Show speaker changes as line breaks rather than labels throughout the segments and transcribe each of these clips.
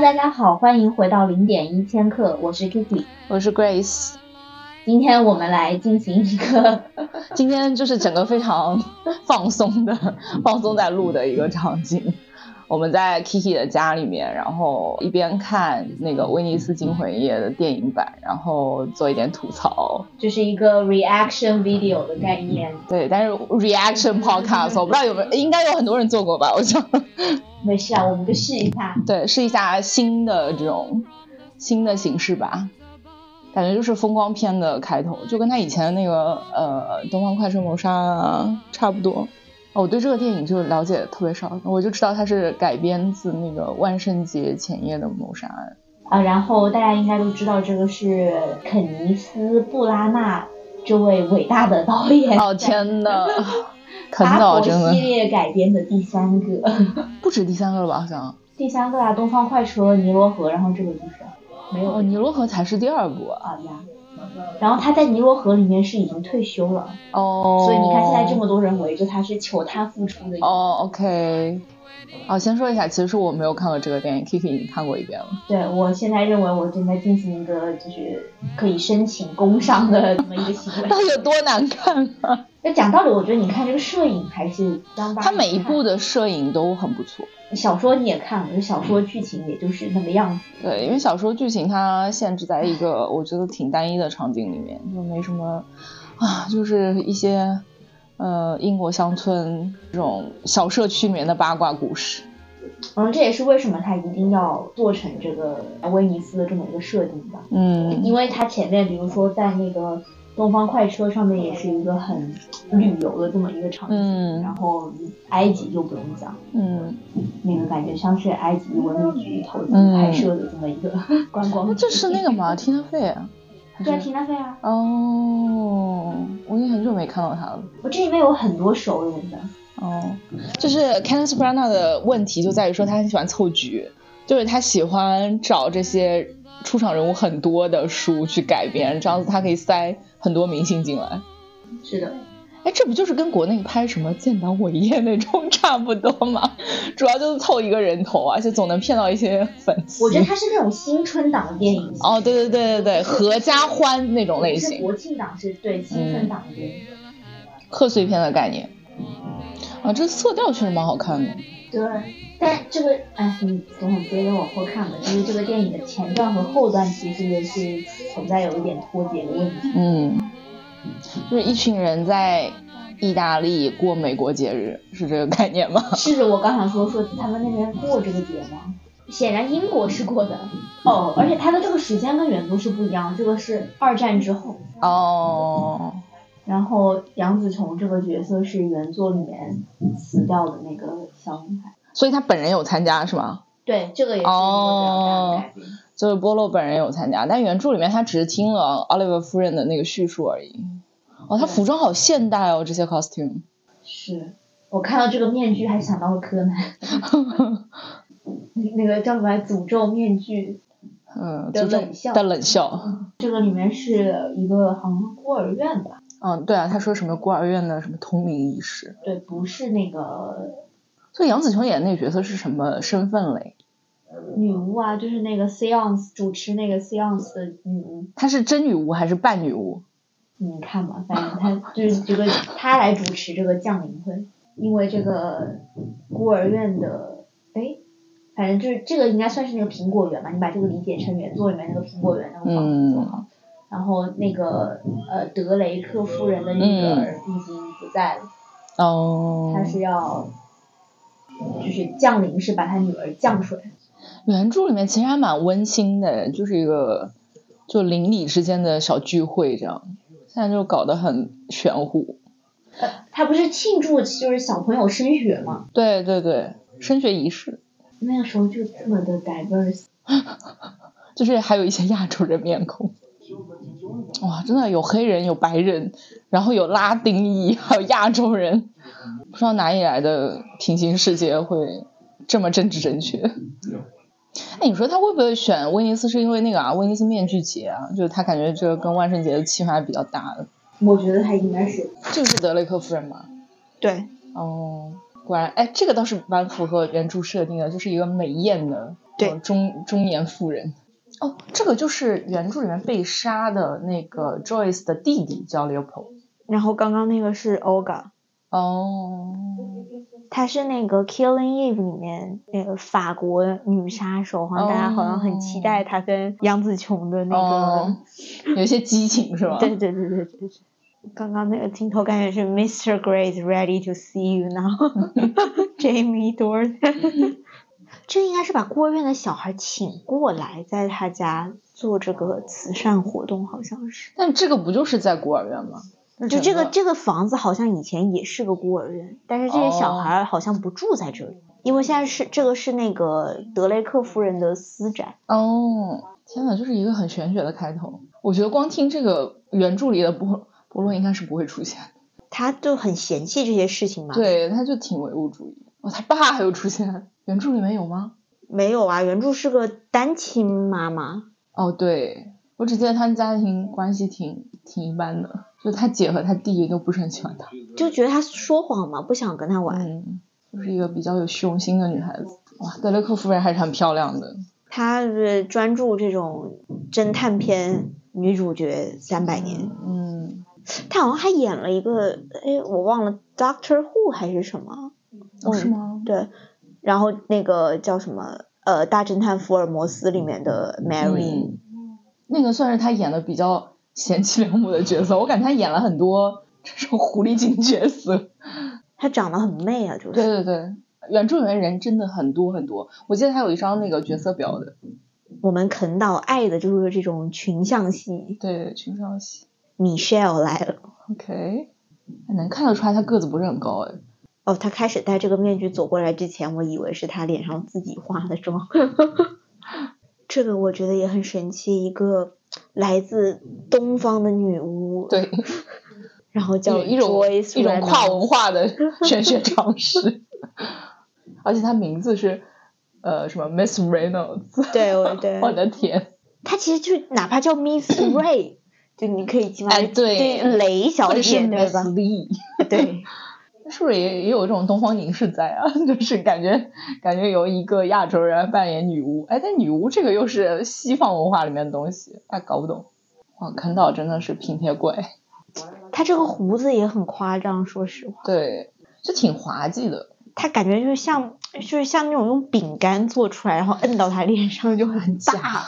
大家好，欢迎回到零点一千克，我是 Kiki。
我是 Grace，
今天我们来进行一个，
今天就是整个非常放松的、放松在录的一个场景。我们在 Kiki 的家里面，然后一边看那个《威尼斯惊魂夜》的电影版，然后做一点吐槽。
就是一个 reaction video 的概念。
对，但是 reaction podcast 我不知道有没有，应该有很多人做过吧？我想，
没事啊，我们就试一下。
对，试一下新的这种新的形式吧。感觉就是风光片的开头，就跟他以前的那个呃《东方快车谋杀》啊差不多。哦我对这个电影就了解特别少，我就知道它是改编自那个万圣节前夜的谋杀案。
啊，然后大家应该都知道，这个是肯尼斯·布拉纳这位伟大的导演
哦
在
天呐， 啃
法
到
国
真的
系列改编的第三个，
不止第三个了吧？好像
第三个啊，《东方快车》《尼罗河》，然后这个就是没有
哦，尼罗河才是第二部啊。
啊呀。然后他在《尼罗河》里面是已经退休了，
哦，
所以你看现在这么多人围着他，是求他复出的。
哦，OK。哦，先说一下，其实我没有看过这个电影，Kiki 已经看过一遍了。
对我现在认为我正在进行一个就是可以申请工伤的这么一个行为。
到底有多难看啊？
那讲道理，我觉得你看这个摄影还是相当。
它每一部的摄影都很不错。
小说你也看了，小说剧情也就是那个样子。
对，因为小说剧情它限制在一个我觉得挺单一的场景里面，就没什么啊，就是一些呃英国乡村这种小社区里面的八卦故事。
嗯，这也是为什么他一定要做成这个威尼斯的这么一个设定吧，
嗯，
因为他前面比如说在那个东方快车上面也是一个很旅游的这么一个场景，
嗯
然后埃及就不用讲，
嗯，
那个感觉像是埃及文旅局投资
嗯
拍摄的这么一个 观光
那
景。
这是那个嘛，Tina Fey 啊？还
对啊，
是
缇娜菲啊，
哦，我已经很久没看到他了。
我这里面有很多熟人的，
哦，就是 Kenneth Branagh 的问题就在于说他很喜欢凑局，就是他喜欢找这些出场人物很多的书去改编，这样子他可以塞很多明星进来。
是的，
哎，这不就是跟国内拍什么《建党伟业》那种差不多吗？ 主要就是凑一个人头啊，而且总能骗到一些粉丝。
我觉得它是那种新春档的电影。
哦，对对对对对，合家欢那种嗯类
是
型，
国庆档是对新春档的电影。
贺岁片的概念。啊，这色调确实蛮好看的。
对，但这个，哎，你等会接着往后看吧，因为这个电影的前段和后段其实也是存在有一点脱节的问题。
嗯，就是一群人在意大利过美国节日，是这个概念吗？
是我刚想说说他们那边过这个节吗？显然英国是过的哦，而且它的这个时间跟原著是不一样，这个是二战之后。
哦，
然后杨紫琼这个角色是原作里面死掉的那个小女孩。
所以他本人有参加是吗？
对，这个也是一个比较大的改变。
就是波洛本人有参加，但原著里面他只是听了奥利弗夫人的那个叙述而已。哦，他服装好现代哦，这些 costume。
是我看到这个面具还想到了柯南，那个叫什么来诅咒面具，
嗯，
的
就这
冷笑
的冷笑。嗯
这个里面是一个好像是孤儿院吧？
嗯，对啊，他说什么孤儿院的什么通灵仪式，
对，不是那个
所以杨紫琼演的那个角色是什么身份嘞？
女巫啊，就是那个 seance 主持那个 seance 的女巫。
她是真女巫还是半女巫？
你看吧，反正她就是这个她来主持这个降临会，因为这个孤儿院的哎。反正就是这个应该算是那个苹果园吧，你把这个理解成原作里面那个苹果园那个
嗯
房子就好。然后那个呃德雷克夫人的女儿已经不在了，
哦，
她是要就是降临是把她女儿降水，
原著里面其实还蛮温馨的，就是一个就邻里之间的小聚会这样，现在就搞得很玄乎。
她不是庆祝就是小朋友升学嘛，
对对对，升学仪式
那个时候就这么的 diverse。
就是还有一些亚洲人面孔，哇，真的有黑人，有白人，然后有拉丁裔，还有亚洲人，不知道哪里来的平行世界会这么政治正确。哎，你说他会不会选威尼斯？是因为那个啊，威尼斯面具节啊，就是他感觉这个跟万圣节的气氛还比较搭的。
我觉得她应该是
就是德雷克夫人嘛。
对，
哦，果然，哎，这个倒是蛮符合原著设定的，就是一个美艳的呃中中年妇人。哦，这个就是原著里面被杀的那个 Joyce 的弟弟叫 Leopold。
然后刚刚那个是 Olga，
哦，
她是那个《Killing Eve》里面那个法国女杀手，好像大家好像很期待她跟杨紫琼的那个
哦。，有一些激情是吧？
对对对对对对。刚刚那个镜头感觉是 Mr. Gray is ready to see you now，Jamie Dornan。这 应该是把孤儿院的小孩请过来，在他家做这个慈善活动，好像是。
但这个不就是在孤儿院吗？
就这个
整
这个房子好像以前也是个孤儿院，但是这些小
哦
孩儿好像不住在这里，因为现在是这个是那个德雷克夫人的私宅。
哦，天呐，就是一个很玄学的开头。我觉得光听这个原著里的伯伯洛应该是不会出现的，
他就很嫌弃这些事情嘛。，
对，他就挺唯物主义。哦，他爸还有出现，原著里面有吗？
没有啊，原著是个单亲妈妈，
哦，对，我只记得他们家庭关系挺挺一般的，就他姐和他弟都不是很喜欢他。
就觉得他说谎嘛，不想跟他玩。
嗯，就是一个比较有虚荣心的女孩子。哇，德雷克夫人还是很漂亮的。
他呃专注这种侦探片女主角三百年，
嗯，
他好像还演了一个，哎，我忘了 Doctor Who 还是什么，
哦
嗯
是吗？
对，然后那个叫什么，呃，大侦探福尔摩斯里面的 Mary，、
嗯，那个算是她演的比较贤妻良母的角色，我感觉她演了很多这种狐狸精角色。
她长得很媚啊，就是
对对对，原著里面人真的很多很多，我记得她有一张那个角色表的，
我们啃到爱的就是这种群像戏。
对群像戏。
Michelle 来了，
OK，还能看得出来她个子不是很高哎。
哦，她开始戴这个面具走过来之前，我以为是她脸上自己化的妆。 这个我觉得也很神奇，一个来自东方的女巫，
对，
然后叫
一种
Joyce
一种
Reynolds
跨文化的玄学常识， 而且她名字是呃什么 Miss Reynolds，
对我对，
我的天，
她其实就哪怕叫 Miss Ray，就你可以起码
哎对
雷小
或者是
姐对
Miss
吧？
Lee，
对，
是不是也也有这种东方凝视在啊？ 就是感觉感觉由一个亚洲人来扮演女巫，哎，但女巫这个又是西方文化里面的东西，哎，搞不懂。哇，肯岛真的是拼贴怪，
她这个胡子也很夸张，说实话，
对，就挺滑稽的。
她感觉就是像就是像那种用饼干做出来，然后摁到她脸上就很大。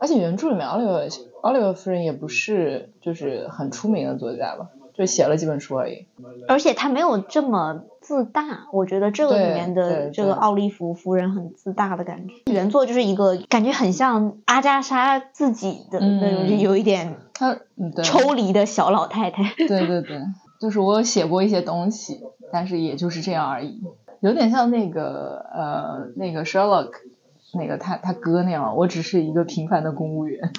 而且原著里面 Oliver Oliver 夫人也不是就是很出名的作家吧，就写了几本书而已。
而且她没有这么自大，我觉得这个里
对
面的
对
这个
对
奥利弗夫人很自大的感觉。原作就是一个感觉很像阿加莎自己的那种，
嗯
就有一点
他嗯对
抽离的小老太太。
对对对，就是我有写过一些东西，但是也就是这样而已，有点像那个呃那个 Sherlock 那个他他哥那样，我只是一个平凡的公务员。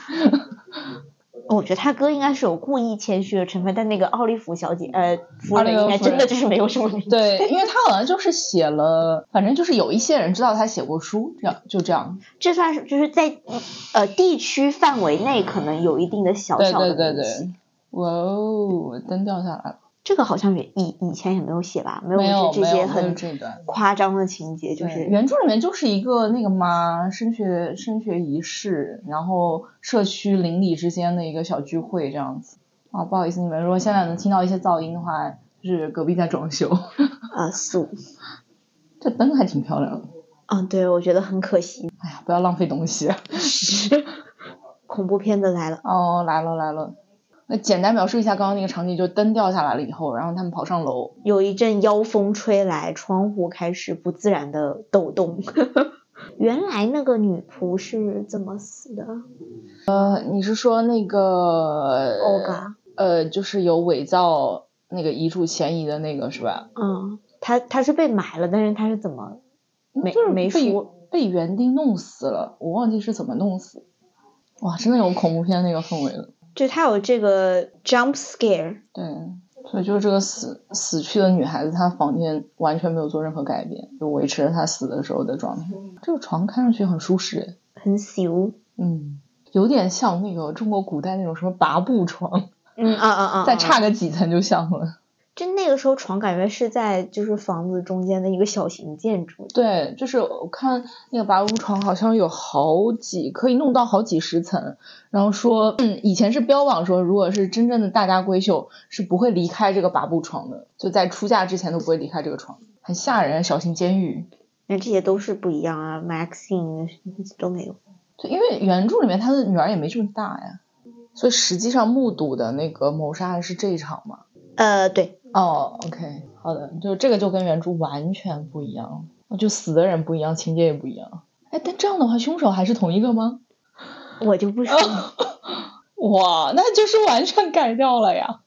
我觉得他哥应该是有故意谦虚的成分，但那个奥利弗小姐，呃，夫
奥利
人
弗
应该
夫人
真的就是没有什么灵气。
对，因为他好像就是写了，反正就是有一些人知道他写过书，这样就这样。
这算是就是在呃地区范围内可能有一定的小
对
小的
对
名
对
气
对。哇哦，灯掉下来了，
这个好像也以以前也没有写吧，没
没有
这
没
些
有没有
很
这一段。
夸张的情节，就
对，
是
原著里面就是一个那个嘛升学升学仪式，然后社区邻里之间的一个小聚会这样子。啊，不好意思，你们如果现在能听到一些噪音的话，就是隔壁在装修。
呃素。
这灯还挺漂亮的，
嗯，对，我觉得很可惜，
哎呀，不要浪费东西。
恐怖片子来了。
哦，来了来了。那简单描述一下刚刚那个场景，就灯掉下来了以后，然后他们跑上楼，
有一阵妖风吹来，窗户开始不自然的抖动。 原来那个女仆是怎么死的？
呃，你是说那个
欧嘎，
呃，就是有伪造那个遗嘱嫌疑的那个是吧？
嗯，她她是被埋了，但是她是怎么？没
嗯就是
没
被
说
被园丁弄死了，我忘记是怎么弄死。哇，真的有恐怖片那个氛围了。
就她有这个 jump scare，
对，所以就是这个死死去的女孩子，她房间完全没有做任何改变，就维持了她死的时候的状态。
嗯
这个床看上去很舒适诶，
很羞。
嗯，有点像那个中国古代那种什么拔步床，
嗯啊啊啊！
再
啊
差个几层就像了。
就那个时候床感觉是在就是房子中间的一个小型建筑，
对，就是我看那个拔炉床好像有好几可以弄到好几十层，然后说、嗯、以前是标榜说，如果是真正的大家闺秀是不会离开这个拔步床的，就在出嫁之前都不会离开这个床，很吓人，小型监狱。
那这些都是不一样啊，Maxine 都没有。
对，因为原著里面他的女儿也没这么大呀，所以实际上目睹的那个谋杀案是这一场嘛？
呃，对，
哦，OK，好的，就这个就跟原著完全不一样，就死的人不一样，情节也不一样。哎，但这样的话，凶手还是同一个吗？
我就不说。
哦哇，那就是完全改掉了呀！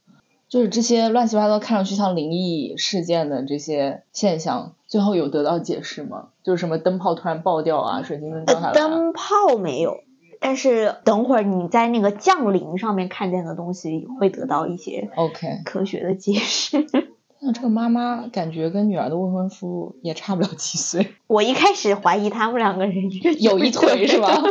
就是这些乱七八糟看上去像灵异事件的这些现象，最后有得到解释吗？就是什么灯泡突然爆掉啊，水晶灯掉下来、
呃
啊。
灯泡没有，但是等会儿你在那个降临上面看见的东西会得到一些
OK，
科学的解释。
那这个妈妈感觉跟女儿的未婚夫也差不了几岁，
我一开始怀疑他们两个人
有一腿是吧？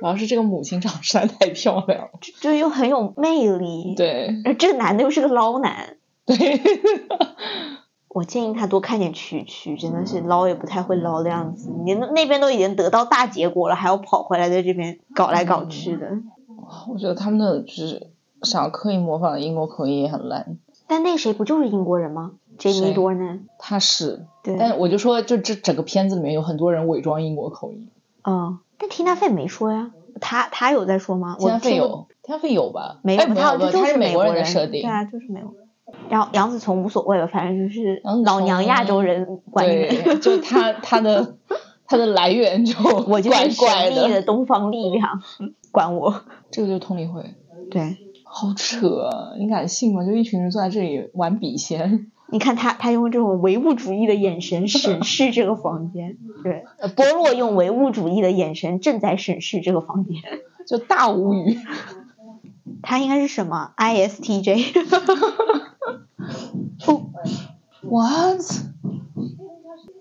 主要是这个母亲长得实在太漂亮了，
就就又很有魅力。，
对
这个男的又是个捞男，
对，
我建议他多看点蛐蛐，真的是
嗯
捞也不太会捞的样子。你那那边都已经得到大结果了，还要跑回来在这边搞来搞去的。
嗯我觉得他们的就是想要刻意模仿的英国口音也很烂，
但那谁不就是英国人吗？Jamie
谁
Dornan。
他是，
对，
但我就说就这整个片子里面有很多人伪装英国口音，
嗯，但缇娜费没说呀，她她有在说吗？
天
我
然费
听
有，天然费有吧？
没
哎
有，
没
她好
有，没
像
有，他
就是美
美国人
人
的设定
对，啊，就是美国人。然后杨紫琼无所谓了，反正就是
杨紫
老娘
琼
亚洲人管你们，
对，就他他的他的来源就
我就是
怪怪
神秘的东方力量，管我。
这个就是通灵会，
对，
好扯啊，你敢信吗？就一群人坐在这里玩笔仙，
你看他，他用这种唯物主义的眼 神审视这个房间。对，呃波洛用唯物主义的眼神正在审视这个房间。
就大无语。
他应该是什么？ISTJ。
What？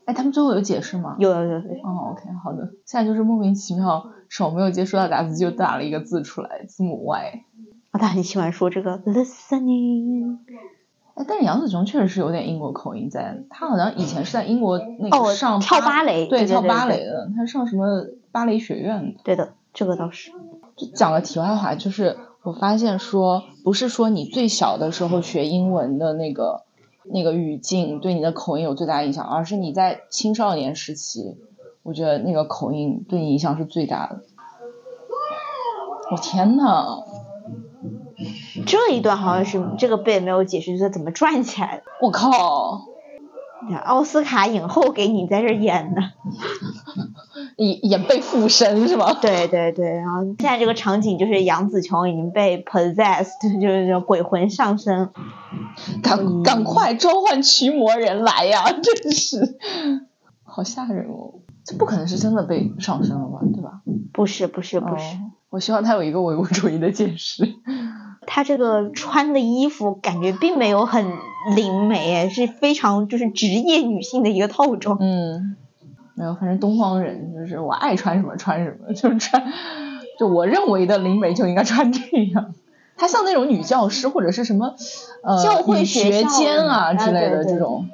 哎，他们最后有解释吗？
有有有有。
哦，OK，好的。现在就是莫名其妙，手没有接触到打字就打了一个字出来，字母 Y。
啊，他很喜欢说这个 listening。
哎，但是杨紫琼确实是有点英国口音在，她好像以前是在英国那
哦
个上
跳芭蕾对对
跳
对
芭
对
蕾的，她上什么芭蕾学院的。
对的，这个倒是。
就讲个题外话，就是我发现说，不是说你最小的时候学英文的那个那个语境对你的口音有最大影响，而是你在青少年时期，我觉得那个口音对你影响是最大的。我天呐，
这一段好像是这个贝没有解释，就是怎么赚起来的。
我靠！
你看奥斯卡影后给你在这儿演呢。
演演被附身是吗？
对对对，然后现在这个场景就是杨紫琼已经被 possessed，就是这鬼魂上身。
赶赶快召唤驱魔人来呀！ 真是，好吓人哦！这不可能是真的被上身了吧？对吧？
不是不是不是，
哦，我希望他有一个唯物主义的解释。
她这个穿的衣服感觉并没有很灵媒，是非常就是职业女性的一个套装。
嗯，没有，反正东方人就是我爱穿什么穿什么， 就是穿，就我认为的灵媒就应该穿这样。他像那种女教师或者是什么，呃，
教会
女
学
学
校
监啊
啊
之类的
对对
这种，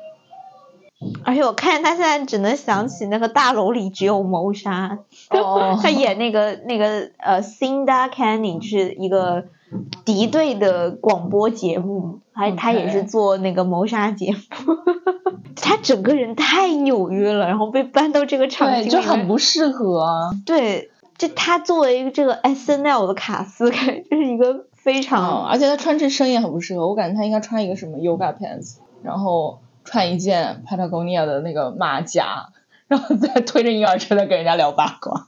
而且我看她现在只能想起那个大楼里只有谋杀，
哦
她演那个那个呃 Cinda Canning 是一个敌对的广播节目，还她也是
OK
做那个谋杀节目， 她整个人太纽约了，然后被搬到这个场景
对，
里
就很
面，
不适合啊。
对，这她作为一个这个 SNL 的卡斯，感觉就是一个非
嗯，
常
而且他穿这身也很不适合，我感觉他应该穿一个什么 yoga pants，然后穿一件 Patagonia 的那个马甲， 然后再推着婴儿车在跟人家聊八卦。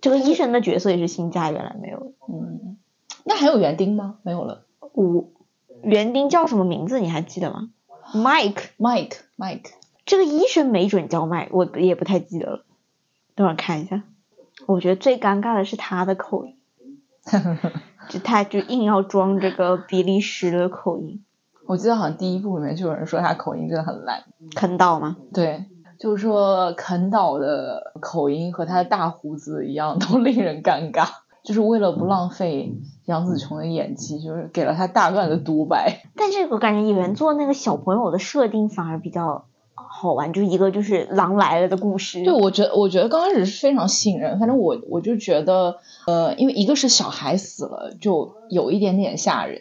这个医生的角色也是新加，原来没有
嗯，那还有园丁吗？没有了
五园丁叫什么名字你还记得吗？Mike。
，Mike Mike。
这个医生没准叫麦，我也不太记得了。等会儿看一下。我觉得最尴尬的是他的口音，就他就硬要装这个比利时的口音，
我记得好像第一部里面就有人说他口音真的很烂，
坑到吗？
对，就是说肯岛的口音和他的大胡子一样，都令人尴尬。就是为了不浪费杨紫琼的演技，就是给了她大段的独白。
但是我感觉演员做那个小朋友的设定反而比较好玩，就是一个就是狼来了的故事。
对，我觉得我觉得刚开始是非常吸引人，反正我我就觉得，呃，因为一个是小孩死了，就有一点点吓人。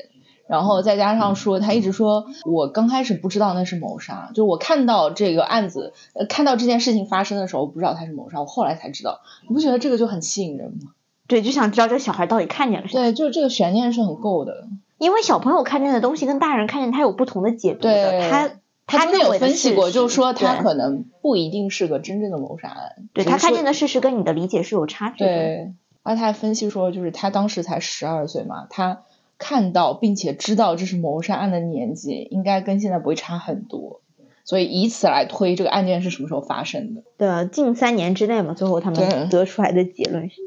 然后再加上说，他一直说，我刚开始不知道那是谋杀，就我看到这个案子，呃，看到这件事情发生的时候，我不知道他是谋杀，我后来才知道。你不觉得这个就很吸引人吗？
对，就想知道这个小孩到底看见了啥。
对，就是这个悬念是很够的。
因为小朋友看见的东西跟大人看见他有不同的解读
对
的，他
他中间
认
有
为的
分析
事
过，
实
就是说他
对
可能不一定是个真正的谋杀案，
对
只
他
是
看
说
见的事实跟你的理解是有差距的。
对，而且他还分析说，就是他当时才十二岁嘛，他看到并且知道这是谋杀案的年纪，应该跟现在不会差很多，所以以此来推这个案件是什么时候发生的。
的近三年之内嘛，最后他
对
们得出来的结论是。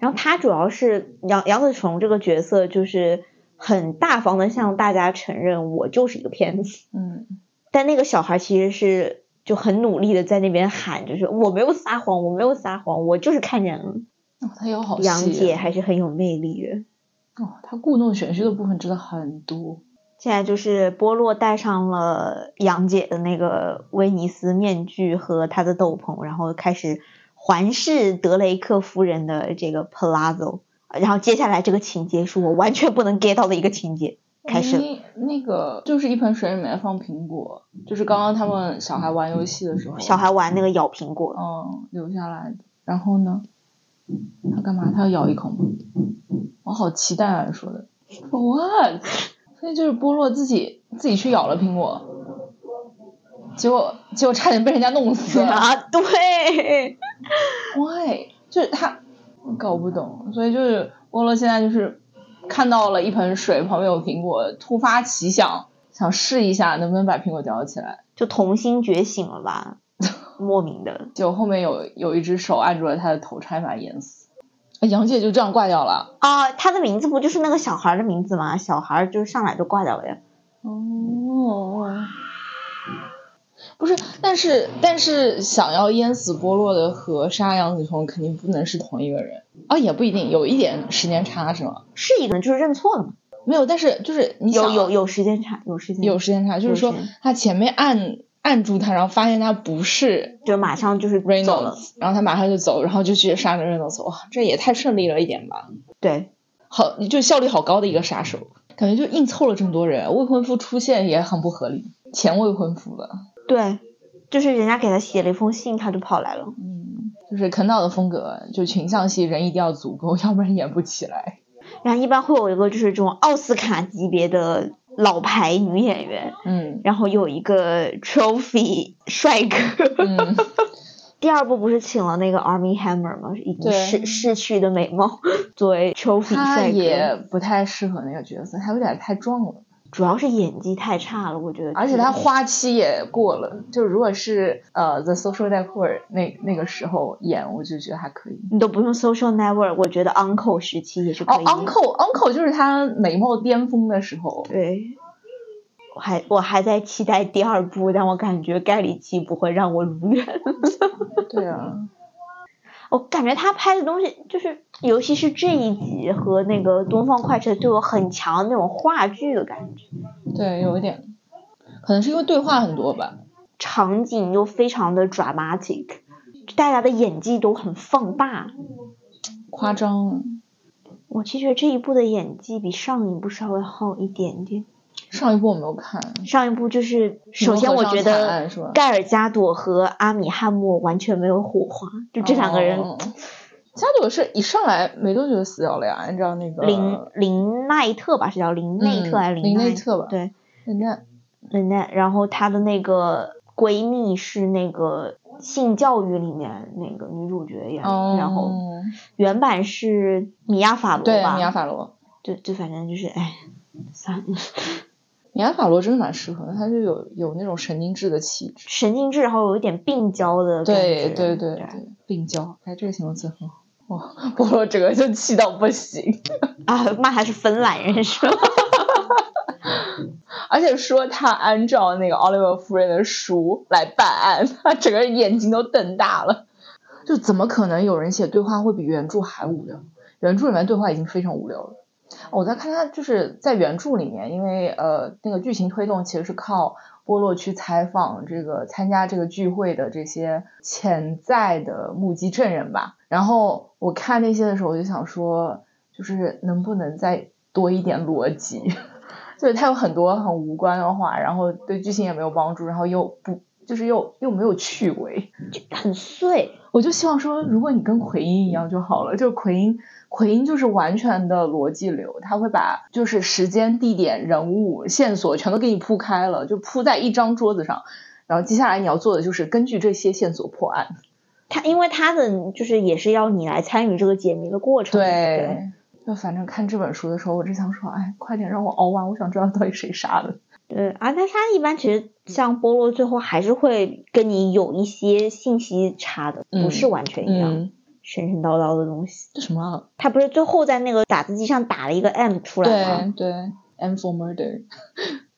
然后他主要是杨杨紫琼这个角色，就是很大方的向大家承认我就是一个骗子，
嗯，
但那个小孩其实是就很努力的在那边喊，就是我没有撒谎，我没有撒谎，我就是看见了。
哦、他有好
杨
戏
姐
啊
还是很有魅力的。
哦，他故弄玄虚的部分真的很多。
现在就是波洛戴上了杨姐的那个威尼斯面具和她的斗篷，然后开始环视德雷克夫人的这个 Palazzo。然后接下来这个情节是我完全不能 get 到的一个情节，开始了。
那那个就是一盆水里面放苹果，就是刚刚他们小孩玩游戏的时候，
小孩玩那个咬苹果，
嗯留下来的。然后呢，他干嘛？他要咬一口吗？我好期待啊！你说的 For what？所以就是波洛自己自己去咬了苹果，结果结果差点被人家弄死了。
啊，对，
Why？就是他，我搞不懂。所以就是波洛现在就是看到了一盆水，旁边有苹果，突发奇想，想试一下能不能把苹果叼起来。
就童心觉醒了 吧，莫名的。
结果后面有有一只手按住了他的头，差点把他淹死。哎杨姐就这样挂掉了。
啊，他的名字不就是那个小孩的名字吗？小孩就上来就挂掉了呀。
哦。不是，但是但是想要淹死波洛的和杀杨子琼肯定不能是同一个人啊、也不一定，有一点时间差是吗？
是一个人就是认错了嘛？
没有，但是就是你
有
想
有有时间差，有时间差
有时间差，就是说
有时间
他前面按按住他，然后发现他不是
就马上就是走了。
Reynolds，然后他马上就走，然后就去杀了 Reynolds，哇，这也太顺利了一点吧？
对，
好，就效率好高的一个杀手，感觉就硬凑了这么多人，未婚夫出现也很不合理，前未婚夫了，
对，就是人家给他写了一封信，他就跑来了。
嗯，就是肯导的风格，就群像戏人一定要足够， 要不然演不起来。
然后一般会有一个就是这种奥斯卡级别的老牌女演员，
嗯
然后有一个 trophy 帅哥。
嗯，
第二部不是请了那个 Army Hammer 吗？已经
对
逝逝去的美貌作为 trophy
他
帅哥，
也不太适合那个角色，他有点太壮了。
主要是演技太差了，我觉得。
而且他花期也过了，就如果是呃《The Social Network》那那个时候演，我就觉得还可以。
你都不用 Social Network，我觉得 Uncle 时期也是
哦
可以的。
，Uncle Uncle 就是他美貌巅峰的 时候，
对，我还我还在期待第二部，但我感觉盖里奇不会让我如愿。
对啊，
我感觉他拍的东西，就是尤其是这一集和那个《东方快车》，对我很强的那种话剧的感觉，
对，有一点，可能是因为对话很多吧。
场景又非常的 dramatic，大家的演技都很放大。
夸张，
我其实觉得这一部的演技比上一部稍微好一点点。
上一部我没有看，
上一部就是，首先我觉
你们合唱惨
得
案是吧
盖尔加朵和阿米汉默完全没有火花，就这两个人
哦加朵是一上来没多久就死掉了呀，按照那个
林林奈特吧，是叫林内特
嗯
还是
林
奈
内特吧
对，
人家
林奈。然后她的那个闺蜜是那个性教育里面那个女主角演的，
哦，
然后原版是米娅法罗
对
吧？
米亚法罗，
就就反正就是哎，算了，
米亚法罗真的蛮适合的，他就有有那种神经质的气质。
神经质，然后有一点病娇的感
对
觉。
对对对，病娇，哎，这个形容词很好。哇，菠萝整个就气到不行，
啊，骂她是芬兰人是吧？
而且说他按照那个奥利弗夫人的书来办案， 他整个眼睛都瞪大了。就怎么可能有人写对话会比原著还无聊？原著里面对话已经非常无聊了。我在看他就是在原著里面，因为呃那个剧情推动其实是靠波洛去采访这个参加这个聚会的这些潜在的目击证人吧。然后我看那些的时候，我就想说，就是能不能再多一点逻辑？就是他有很多很无关的话，然后对剧情也没有帮助，然后又不就是又又没有趣味。
就很碎。
我就希望说，如果你跟奎因一样就好了，就奎因，奎因就是完全的逻辑流，他会把就是时间、地点、人物、线索全都给你铺开了，就铺在一张桌子上，然后接下来你要做的就是根据这些线索破案。
他因为他的就是也是要你来参与这个解谜的过程。对，
就反正看这本书的时候，我只想说，哎，快点让我熬完，我想知道到底谁杀的。
对啊，但是他一般其实像波洛，最后还是会跟你有一些信息差的，
嗯
不是完全一样，
嗯，
神神叨叨的东西。
这什么啊？
他不是最后在那个打字机上打了一个 M 出来吗？
对对，M for murder。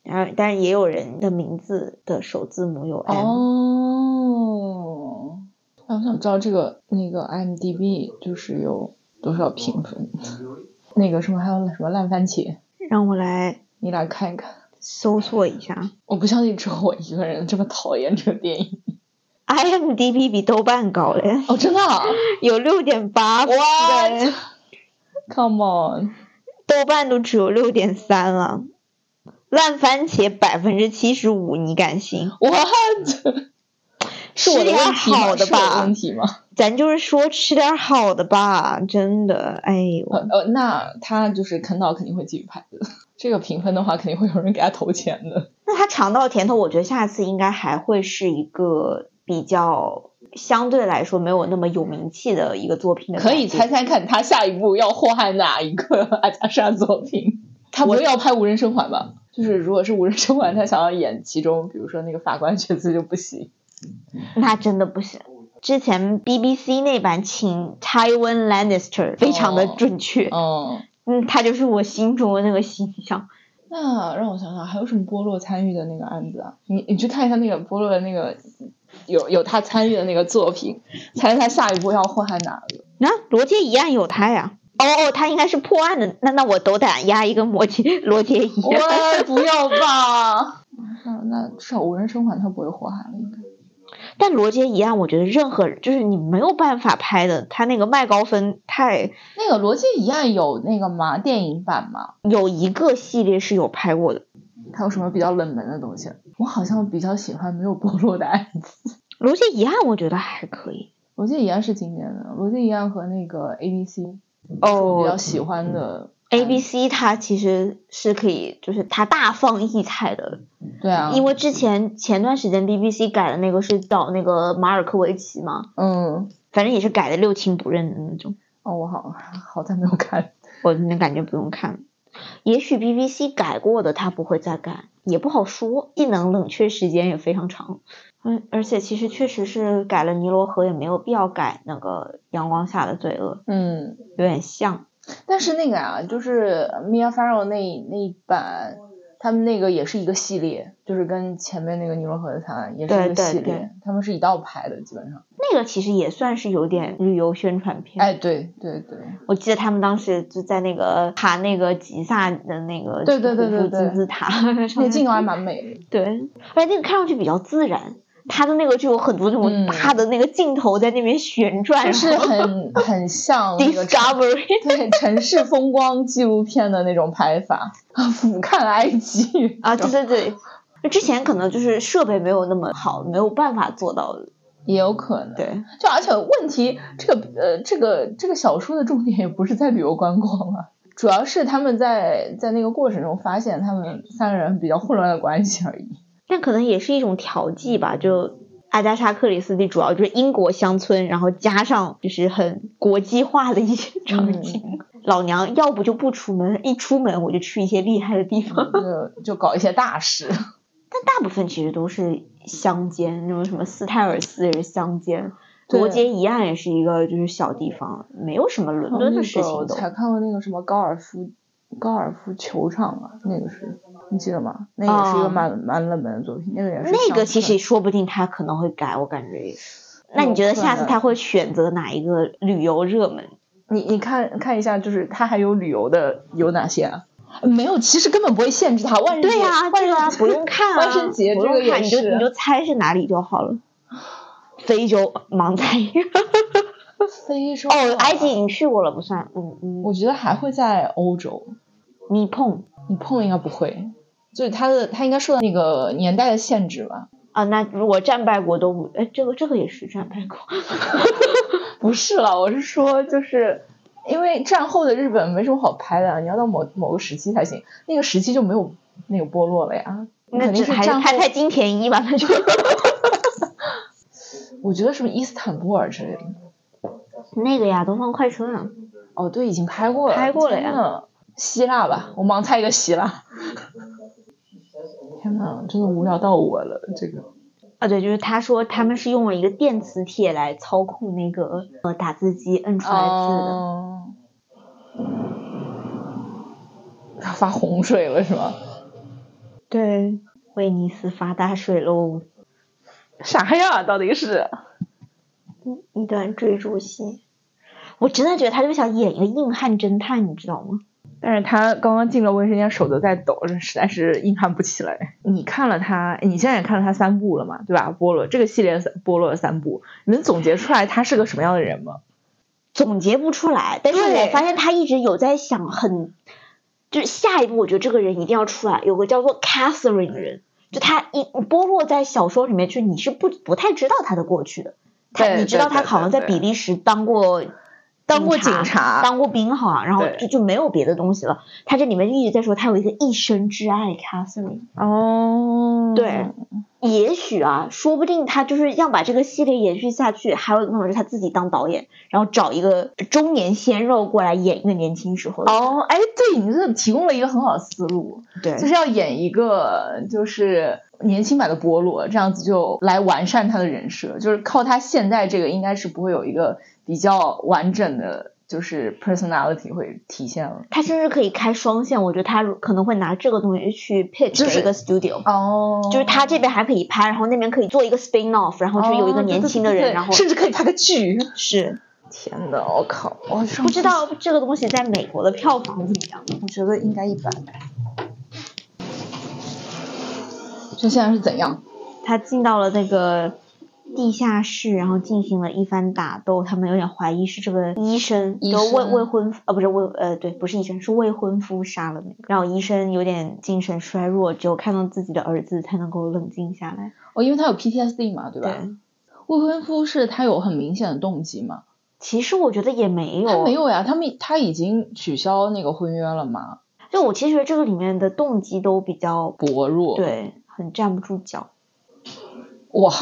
然后，但是也有人的名字的首字母有 M。
哦，哎我想知道这个那个 IMDB 就是有多少评分？那个什么还有什么烂番茄？
让我来
你来看一看。
搜索一下
我不相信只有我一个人这么讨厌这个电影。
，IMDB 比豆瓣高嘞，
哦，真的、啊、
有六点八分，
？What？Come on！
豆瓣都只有六点三了。烂番茄百分之七十五，你敢信？
What？是我的问题吗？
好的
是我
吧
问题吗？
咱就是说吃点好的吧，真的，哎
呃
呦，
呃，那他就是啃老肯定会继续拍的。这个评分的话，肯定会有人给他投钱的。
那他尝到甜头，我觉得下次应该还会是一个比较相对来说没有那么有名气的一个作品的改
可
编。
以猜猜看他下一步要祸害哪一个阿加莎作品？他不会要拍《无人生还》吧？就是如果是《无人生还》，他想要演其中，比如说那个法官角色就不行。
那真的不行。之前 BBC 那版请 Tywin Lannister 非常的准确，
哦嗯，
嗯，他就是我心中的那个形象。
那让我想想，还有什么波洛参与的那个案子啊？你你去看一下那个波洛的那个，有有他参与的那个作品，猜猜他下一步要祸害哪个？
啊，罗杰一案有他呀？哦哦，他应该是破案的，那那我斗胆压一个摩羯罗杰一案。
喂，不要吧！那 那至少《无人生还》他不会祸害了，应该。
但罗杰一案，我觉得任何人就是你没有办法拍的，他那个麦高芬太
那个《罗辑一案》有那个吗？电影版吗？
有一个系列是有拍过的。
还有什么比较冷门的东西？我好像比较喜欢没有波洛的案子。
罗杰一案我觉得还可以。
罗辑一案是今年的，罗辑一案和那个 A B C 嗯我比较
哦
喜欢的。
，A B C 它其实是可以，就是它大放异彩的，
对啊，
嗯因为之前前段时间 BBC 改的那个是找那个马尔科维奇嘛，
嗯，
反正也是改的六亲不认的那种，
哦，我好好在没有看。
我那感觉不用看了。也许 BBC 改过的他不会再改，也不好说。技能冷却时间也非常长，嗯，而且其实确实是改了尼罗河，也没有必要改那个阳光下的罪恶，
嗯，
有点像。
但是那个啊，就是 Mia Farrow 那那一版，他们那个也是一个系列，就是跟前面那个尼罗河的惨案也是一
对
个
对
系列，
对
他们是一道拍的，基本上。
那个其实也算是有点旅游宣传片。
哎，对对对，
我记得他们当时就在那个爬那个吉萨的那个
对对对对
古
对
金字塔上面，
那个镜头还蛮美的。
对，而且那个看上去比较自然，它的那个就有很多那种
嗯
大的那个镜头在那边旋转，
就是
然后
很很 像那个城
discovery
对城市风光纪录片的那种拍法，啊俯瞰埃及
啊，对对对。之前可能就是设备没有那么好，没有办法做到的。
也有可能。
对，
就而且问题，这个呃，这个这个小说的重点也不是在旅游观光啊，主要是他们在在那个过程中发现他们三个人比较混乱的关系而已。
但可能也是一种调剂吧。就阿加莎·克里斯蒂主要就是英国乡村，然后加上就是很国际化的一些场景。老娘要不就不出门，一出门我就去一些厉害的地方。
就就搞一些大事，
大部分其实都是乡间，那种什么斯泰尔斯也是乡间，
对
罗杰一案也是一个就是小地方，没有什么伦敦的事
然
情
后那个
都
我。才看过那个什么高尔夫高尔夫球场啊，那个是你记得吗？那也是一
哦
个蛮、蛮冷门的作品，那个也是
那个
乡
其实
村
说不定他可能会改，我感觉也是。那
有
你觉得下
可
次
能
他会选择哪一个旅游热门？
你你看看一下，就是它还有旅游的有哪些啊？没有，其实根本不会限制它。万人
对
节
呀、
万
这
人
个啊不用看啊，
万圣节
不用
这个也
看你就是你就猜是哪里就好了。非洲盲 猜
非洲
哦，埃及
啊，
你去过了不算，嗯嗯，
我觉得还会在欧洲。
你碰
你碰应该不会，就是它的它应该受到那个年代的限制吧？
啊，那如果战败国都不，哎，这个这个也是战败国，
不是了，我是说就是。因为战后的日本没什么好拍的，啊你要到某某个时期才行，那个时期就没有那个波落了呀。
那
肯定
只
是
还是
战后
拍拍金田一吧，那 就
我觉得是不是伊斯坦布尔之类的？
那个呀，东方快车啊，
哦，对，已经拍过了，
拍过了呀
天呐。希腊吧，我盲猜一个希腊。天呐，真的无聊到我了，这个。
啊对，就是他说他们是用了一个电磁铁来操控那个呃打字机摁出来字的，
哦。要发洪水了是吗？
对，威尼斯发大水喽，
啥呀？到底是？
一段追逐戏，我真的觉得他就想演一个硬汉侦探，你知道吗？
但是他刚刚进了卫生间，手都在抖，这实在是硬汉不起来。你看了他，你现在也看了他三部了嘛，对吧？波洛这个系列三波洛的三部，你能总结出来他是个什么样的人吗？
总结不出来，但是
对
我发现他一直有在想很，就是下一步，我觉得这个人一定要出来，有个叫做 Catherine 的人，就他一波洛在小说里面，就你是不不太知道他的过去的，他
对
你知道
对
他
对
好像在
对
比利时当过。
当过警察
当过兵好像，然后
对
就就没有别的东西了。他这里面一直在说他有一个一生挚爱 Catherine，
哦
对，也许啊，说不定他就是要把这个系列延续下去，还有一个可能是他自己当导演，然后找一个中年鲜肉过来演一个年轻时候的。
哦，哎，对，你这提供了一个很好的思路，
对
就是要演一个就是年轻版的波洛，这样子就来完善他的人设，就是靠他现在这个应该是不会有一个比较完整的，就是 personality 会体现了。
他甚至可以开双线，我觉得他可能会拿这个东西去 pitch
就是
给一个 studio，、
哦
就是他这边还可以拍，然后那边可以做一个 spin off，然后就
哦
有一个年轻的人，然后
甚至可以拍个剧。
是
天呐，我靠，我上
不知
次
道这个东西在美国的票房怎么样。
我觉得应该一般。这现在是怎样？
他进到了那个地下室，然后进行了一番打斗。他们有点怀疑是这个医生，
医
就
生
未未婚夫呃不是未呃对，不是医生，是未婚夫杀了那个。然后医生有点精神衰弱，只有看到自己的儿子才能够冷静下来。
哦，因为他有 PTSD 嘛，对吧？
对，
未婚夫是他有很明显的动机嘛？
其实我觉得也没有，
他没。有呀，他们他已经取消那个婚约了嘛？
就我其实觉得这个里面的动机都比较
薄弱，，
对，很站不住脚。
哇，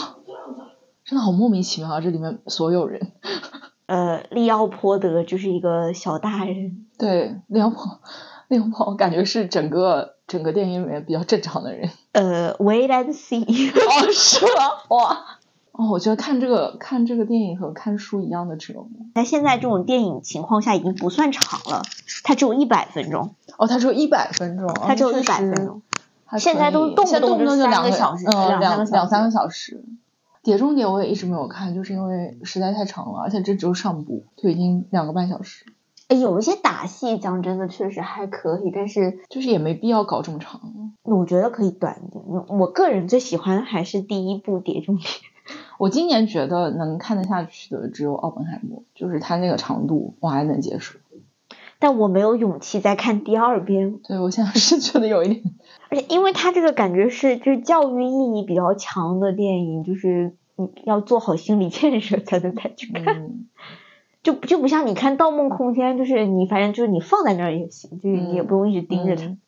真的好莫名其妙啊！这里面所有人，
呃，利奥波德就是一个小大人，
对，梁鹏，梁鹏，我感觉是整个整个电影里面比较正常的人。
呃，wait and see。
哦，是吗？哇！哦，我觉得看这个看这个电影和看书一样的折磨。
在现在这种电影情况下已经不算长了，它只有一百分钟，
哦，它只有一百分钟，
它只有
哦
一百分。钟。
那确实还可以
现在都动不动
现在动
就
就
三
两
个小时
嗯，
两三
两
个小时
两三个小时。碟中谍我也一直没有看，就是因为实在太长了，而且这只有上部，就已经两个半小时，
哎，有一些打戏讲真的确实还可以，但是
就是也没必要搞这么长。
我觉得可以短一点。我个人最喜欢还是第一部《碟中谍》，
我今年觉得能看得下去的只有《奥本海默》，就是它那个长度我还能接受。
但我没有勇气再看第二遍，
对我现在是觉得有一 点，
而且因为它这个感觉是就是教育意义比较强的电影，就是你要做好心理建设才能再去看，
嗯，
就就不像你看《盗梦空间》，就是你反正就是你放在那儿也行，就是你也
嗯
不用一直盯着它。
嗯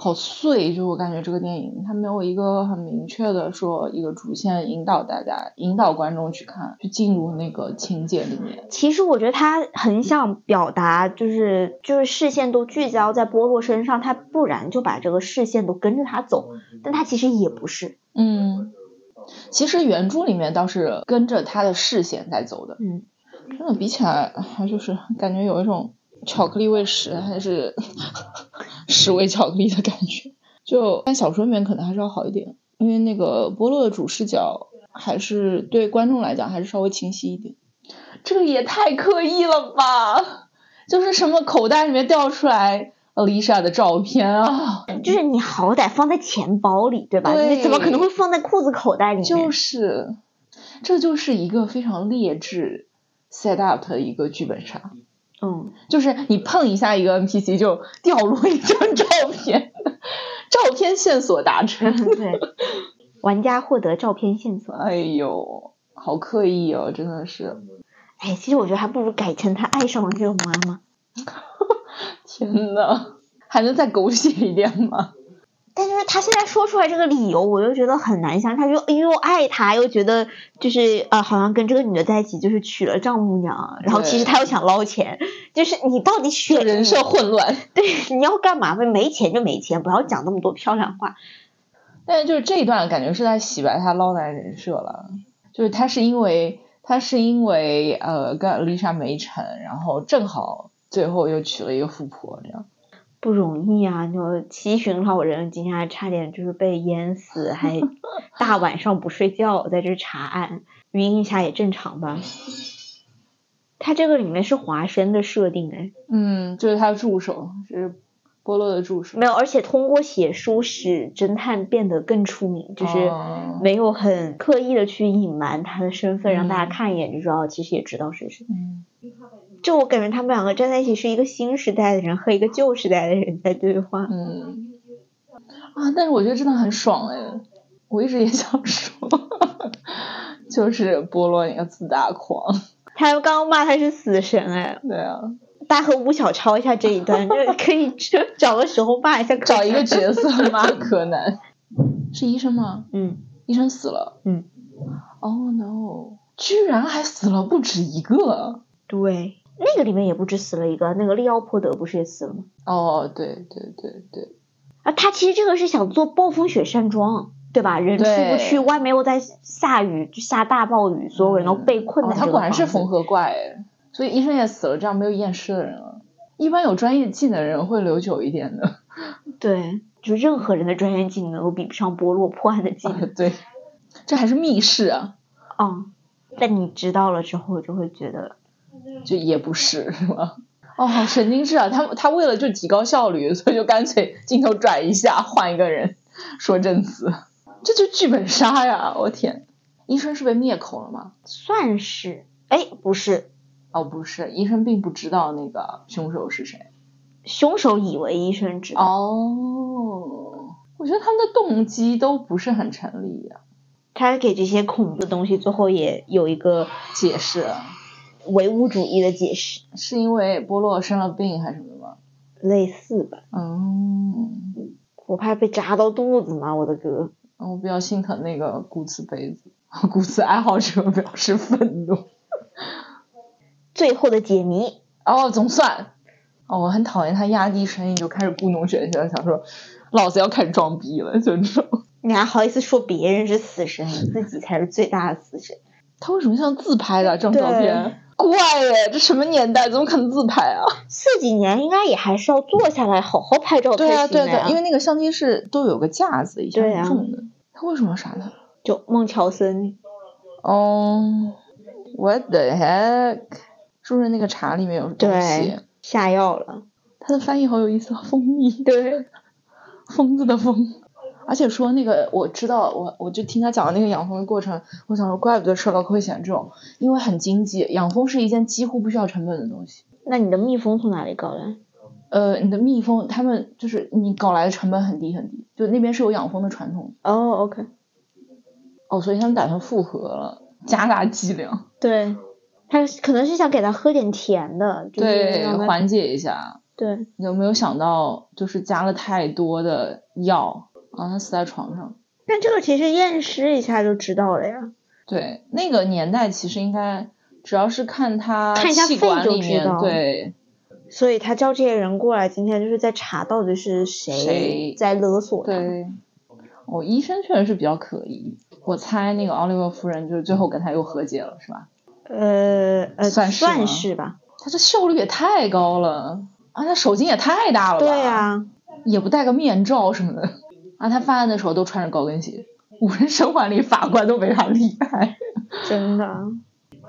好碎，就是我感觉这个电影它没有一个很明确的说一个主线引导大家、引导观众去看，去进入那个情节里面。
其实我觉得他很想表达，就是就是视线都聚焦在波洛身上，他不然就把这个视线都跟着他走，但他其实也不是，
嗯，其实原著里面倒是跟着他的视线在走的，
嗯，
真的比起来，还就是感觉有一种巧克力喂食还是 屎喂巧克力的感觉。就但小说里面可能还是要好一点，因为那个波洛的主视角还是对观众来讲还是稍微清晰一点。这个也太刻意了吧！就是什么口袋里面掉出来 Alicia 的照片啊，
就是你好歹放在钱包里，对吧？
对
你怎么可能会放在裤子口袋里面？
就是，这就是一个非常劣质 set up 的一个剧本杀，
嗯，
就是你碰一下一个 NPC 就掉落一张照片，照片线索达成。
对。玩家获得照片线索。
哎呦，好刻意哦，真的是，
哎，其实我觉得还不如改成他爱上了这个妈妈。
天呐，还能再狗血一点吗？
但就是他现在说出来这个理由，我又觉得很难想。他就又爱他，又觉得就是呃，好像跟这个女的在一起就是娶了丈母娘，然后其实他又想捞钱，就是你到底选
人设混乱。
对你要干嘛？没钱就没钱，不要讲那么多漂亮话。
但是就是这一段感觉是在洗白他捞男人设了，就是他是因为他是因为呃跟丽莎没成，然后正好最后又娶了一个富婆这样。
不容易啊！就七旬老人今天还差点就是被淹死，还大晚上不睡觉在这查案，晕一下也正常吧。他这个里面是华生的设定哎，
嗯，就是他的助手，是波洛的助手。
没有，而且通过写书使侦探变得更出名，就是
哦
没有很刻意的去隐瞒他的身份，让大
嗯
家看一眼就知道，其实也知道是谁。
嗯，
就我感觉他们两个站在一起是一个新时代的人和一个旧时代的人在对话。
嗯啊，但是我觉得真的很爽哎，我一直也想说， 就是波洛你个自大狂，
他刚刚骂他是死神哎，
对啊，
大家和吴小抄一下这一段，这可以就找个时候骂一下。
找一个，角色骂柯南，是医生吗？
嗯，
医生死了。
嗯。
Oh no！居然还死了不止一个。
对，那个里面也不止死了一个，那个利奥波德不是也死了吗？
哦，对对对对，
啊，他其实这个是想做暴风雪山庄，对吧？人出
对
不去，外面又在下雨，就下大暴雨，所有人都被困
哦
在、这
他
个
果然是
房
缝
子
合怪哎，所以医生也死了，这样没有验尸的人了。一般有专业技能的人会留久一点的。
里。对，就任何人的专业技能都比不上波洛破案的技
啊
能。
对，这还是密室啊，
哦，但你知道了之后，就会觉得
就也不是 是吗？哦，好神经质啊！他他为了就提高效率， 所以就干脆镜头转一下，换一个人 说证词，这就剧本杀呀！ 我天，医生是被灭口了吗？
算是，哎，不是，
哦，不是，医生并不知道那个凶手是谁。
凶手以为医生知道，
哦，我觉得他们的动机都不是很成立啊。
他给这些恐怖的东西最后也有一个
解释
唯物主义的解释，
是因为波洛生了病还是什么吗？
类似吧。
嗯，哦
我怕被扎到肚子嘛，我的哥！
我比较心疼那个故词杯子， 故词爱好者 表示愤怒。
最后的解谜，
哦，总算。哦，我很讨厌他压低声音就开始故弄玄虚了，想说老子要开始装逼了，就这种。
你还好意思说别人是死 神，你自己才是最大的死神？
他为什么像自拍的、啊、这张照
对
片？怪耶，这什么年代怎么可能自拍啊？
这几年应该也还是要坐下来好好拍照才
对
行
啊，对
的呀
对，因为那个相机是都有个架子，以
对
前
啊
重的。他为什么要杀他？
就孟乔森，
哦、w h a t the heck？是不是那个茶里面有东西
对？，下药了，
它的翻译好有意思啊，蜂蜜，
对，
疯子的疯。而且说那个，我知道，我我就听他讲的那个养蜂的过程，我想说，怪不得社高会选这种，因为很经济，养蜂是一件几乎不需要成本的东西。
那你的蜜蜂从哪里搞来？
呃，你的蜜蜂，他们就是你搞来的成本很低很低，就那边是有养蜂的传统。
哦，OK，
哦，所以他们打算复合了，加大剂量，
对，他可能是想给他喝点甜的，就是让他
缓解一下。
对，
有没有想到，就是加了太多的药，然后他死在床上？
但这个其实验尸一下就知道了呀，
对，那个年代其实应该，只要是看他
看一下
气
肺
管
就
里
知
面，
道
对，
所以他叫这些人过来，今天就是在查到底是
谁
谁在勒索他。
对，哦，医生确实是比较可疑。我猜那个奥利弗夫人就是最后跟他又和解了，是吧？
呃呃，
算
算
是吗
吧。
他这效率也太高了啊！他手筋也太大了吧？
对啊，
也不戴个面罩什么的。啊，他犯案的时候都穿着高跟鞋，无人生还里法官都没他厉害。
真的，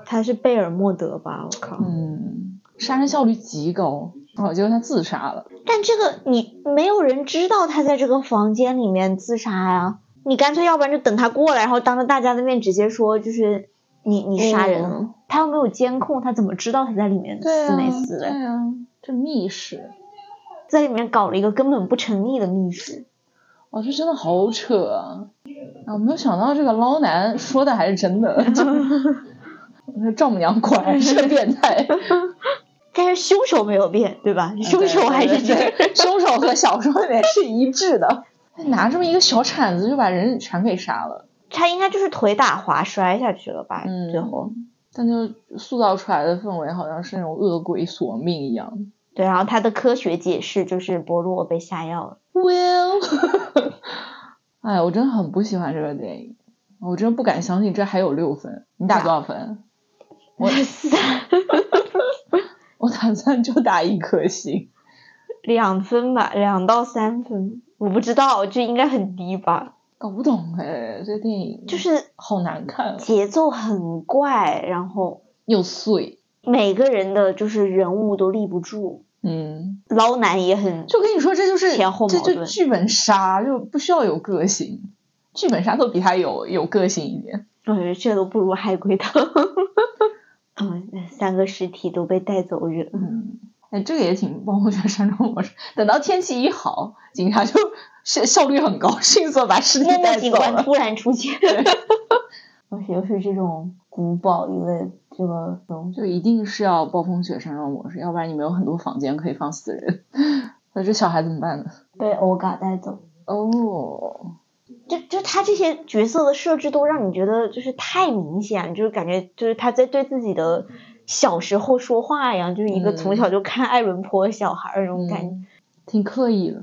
他是贝尔莫德吧？我靠，
嗯，杀人效率极高。哦，结果他自杀了。
但这个你没有人知道他在这个房间里面自杀呀、你干脆要不然就等他过来，然后当着大家的面直接说，就是你你杀人了。他又没有监控，他怎么知道他在里面
啊哦对
死
啊，
没死
对
嘞？
啊，这密室，
在里面搞了一个根本不成立的密室。
哇，这真的好扯啊！啊，没有想到这个捞男说的还是真的。就我说 丈母娘果然是个变态，
但是凶手没有变，对吧？ 凶手还是这
啊对
个。
对对凶手和小说里面是一致的。拿这么一个小铲子就把人全给杀了，
他应该就是腿打滑摔下去了吧？
嗯，
最后，
但就塑造出来的氛围好像是那种恶鬼索命一样。
对，然后他的科学解释就是博洛被下药 了。
Well，哎，我真的很不喜欢这个电影，我真不敢相信这还有六分。你打多少分？我我打算就打一颗星。
两分吧，两到三分，我不知道，这应该很低吧？
搞不懂哎，这电影
就是
好难看，哦
节奏很怪，然后
又碎。
每个人的就是人物都立不住，
嗯，
捞男也很
就跟你说，这就是
前后矛
这
盾
就剧本杀，就不需要有个性，剧本杀都比他有有个性一点。
我觉得哎这都不如海龟汤。 嗯，那三个尸体都被带走人，
嗯，哎，这个也挺帮我觉山庄模式。等到天气一好，警察就效效率很高，迅速把尸体
默默
带
警
走
官
了。
突然出 现。我觉得是这种古堡一类的这个东西，
就一定是要暴风雪山庄模式，要不然你没有很多房间可以放死人。那这小孩怎么办呢？
被欧嘎带走。
哦，
就就他这些角色的设置都让你觉得就是太明显，就是感觉就是他在对自己的小时候说话一样，就是一个
嗯
从小就看爱伦坡的小孩儿那种感觉。
嗯，挺刻意的，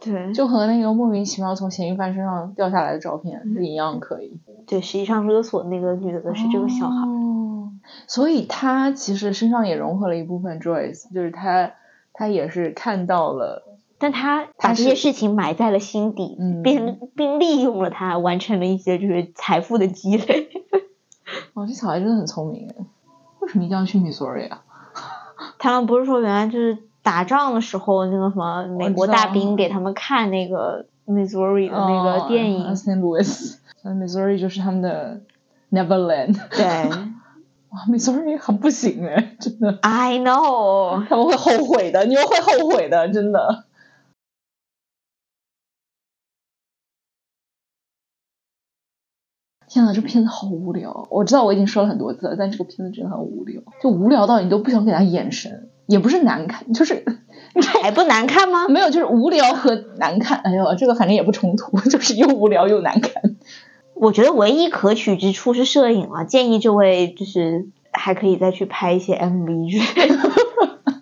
对，
就和那个莫名其妙从嫌疑犯身上掉下来的照片是一样刻意。
对，实际上勒索那个女的嗯是这个小孩儿。
哦，所以他其实身上也融合了一部分 Joyce，就是他他也是看到了。
但他把
他
这些
是
事情埋在了心底，
嗯
并并利用了它，完成了一些就是财富的积累。
哦，这小孩真的很聪明哎，为什么一定要去米索里啊？
他们不是说原来就是打仗的时候，那个什么美国
知道
大兵给他们看那个 Missouri 的那个电影，
，St. 哦 Louis，所以 Missouri 就是他们的 Neverland。
对
哇，Missouri 很不行哎，真的，
，I know，
他们会后悔的，你们会后悔的，真的。天呐，这片子好无聊！我知道我已经说了很多次了，但这个片子真的很无聊，就无聊到你都不想给他眼神，也不是难看，就是
还不难看吗？
没有，就是无聊和难看。哎呦，这个反正也不冲突， 就是又无聊又难看。
我觉得唯一可取之处是摄影了，建议这位就是还可以再去拍一些 MV 之类 的，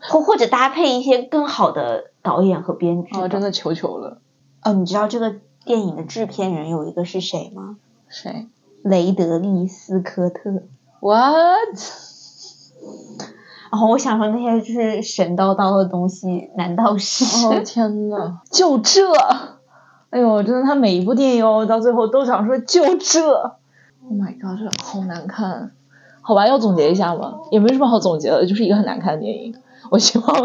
或或者搭配一些更好的导演和编剧吧。
哦，真的求求了，
哦，你知道这个电影的制片人有一个是谁吗？
谁
雷德利·斯科特。
？What？
然哦后我想说，那些就是神叨叨的东西，难道是？
哦天呐，就这！哎呦，真的，他每一部电影哦到最后都想说就这。Oh my god，这好难看。好吧，要总结一下嘛，也没什么好总结的，就是一个很难看的电影。我希望，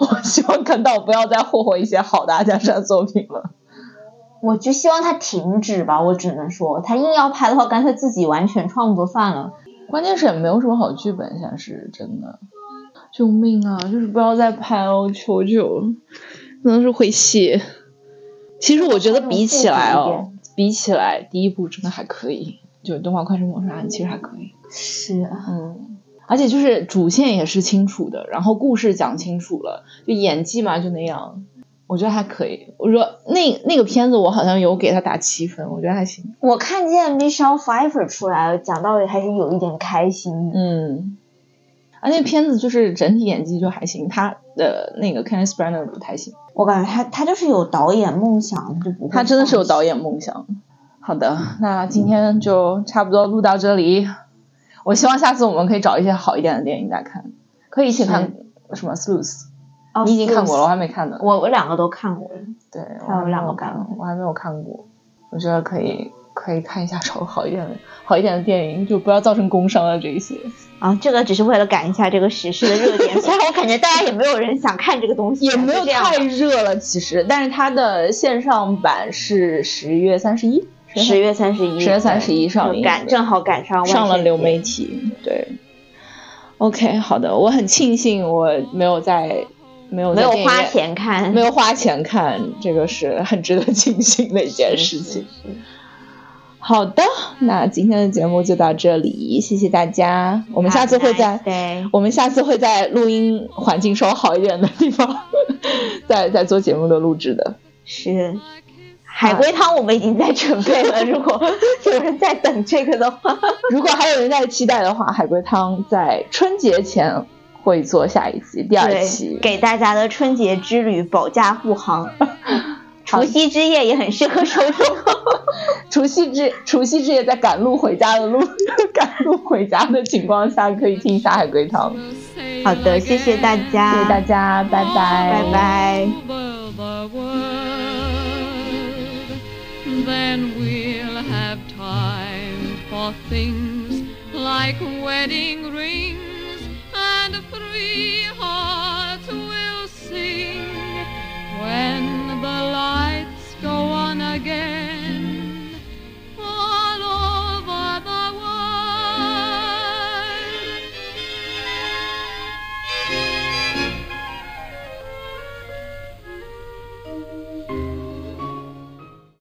我希望看到不要再霍霍一些好的阿加莎作品了。
我就希望他停止吧。我只能说，他硬要拍的话，干脆自己完全创作算了。
关键是也没有什么好剧本，现在是真的。救命啊！就是不要再拍哦，求求，真的是会谢。其实我觉得比起来哦，比起来第一部真的还可以，就《东方快车谋杀案》其实还可以。
是啊，
嗯，而且就是主线也是清楚的，然后故事讲清楚了，就演技嘛就那样，我觉得还可以。我说那那个片子我好像有给他打七分，我觉得还行。
我看见 Michelle Pfeiffer 出来了，讲道理还是有一点开心的。
嗯，而且片子就是整体演技就还行，他的那个 Kenneth Branagh 不太行，
我感觉他他就是有导演梦想，就不会嗯
他真的是有
放弃
导演梦想。好的，那今天就差不多录到这里。我希望下次我们可以找一些好一点的电影再看，可以一起看什么《Sleuth》，
哦
你已经看过了，我
是
还没看呢。
我我两个都看过了。
对，
还有
没
两个
看
版
过，我还没有看过，我觉得可以可以看一下稍微好一点的、好一点的电影，就不要造成工伤啊这一些。
啊，这个只是为了赶一下这个时事的热点， 虽然我感觉大家也没有人想看这个东西，
也没有
就这样
太热了，其实，但是它的线上版是十月三十一，
十月三十一，
10月31上映
就赶正好赶上万
上了
圣
流
节
媒体，对。OK，好的，我很庆幸我没有在没有
没
在
有
电影
花
院
钱看，
没有花钱看，这个是很值得庆幸的一件事情。好的，那今天的节目就到这里，谢谢大家，我
我
们下次会在。
对，
我们下次会在录音环境稍好一点的地方， 再再做节目的录制的。
是
啊
海龟汤，我们已经在准备了。如果有人在等这个的话，
如果还有人在期待的话，海龟汤在春节前会做下一期，第二期
对，。给大家的春节之旅保驾护航。
好
除夕之夜也很适合收听，
除夕之除夕之夜，在赶路回家的路 赶路回家的情况下，可以听一下海龟汤。
好的，谢谢大家，
谢谢大，家，拜拜，
拜拜。
the world, then we'll have time for things like wedding rings and free hearts.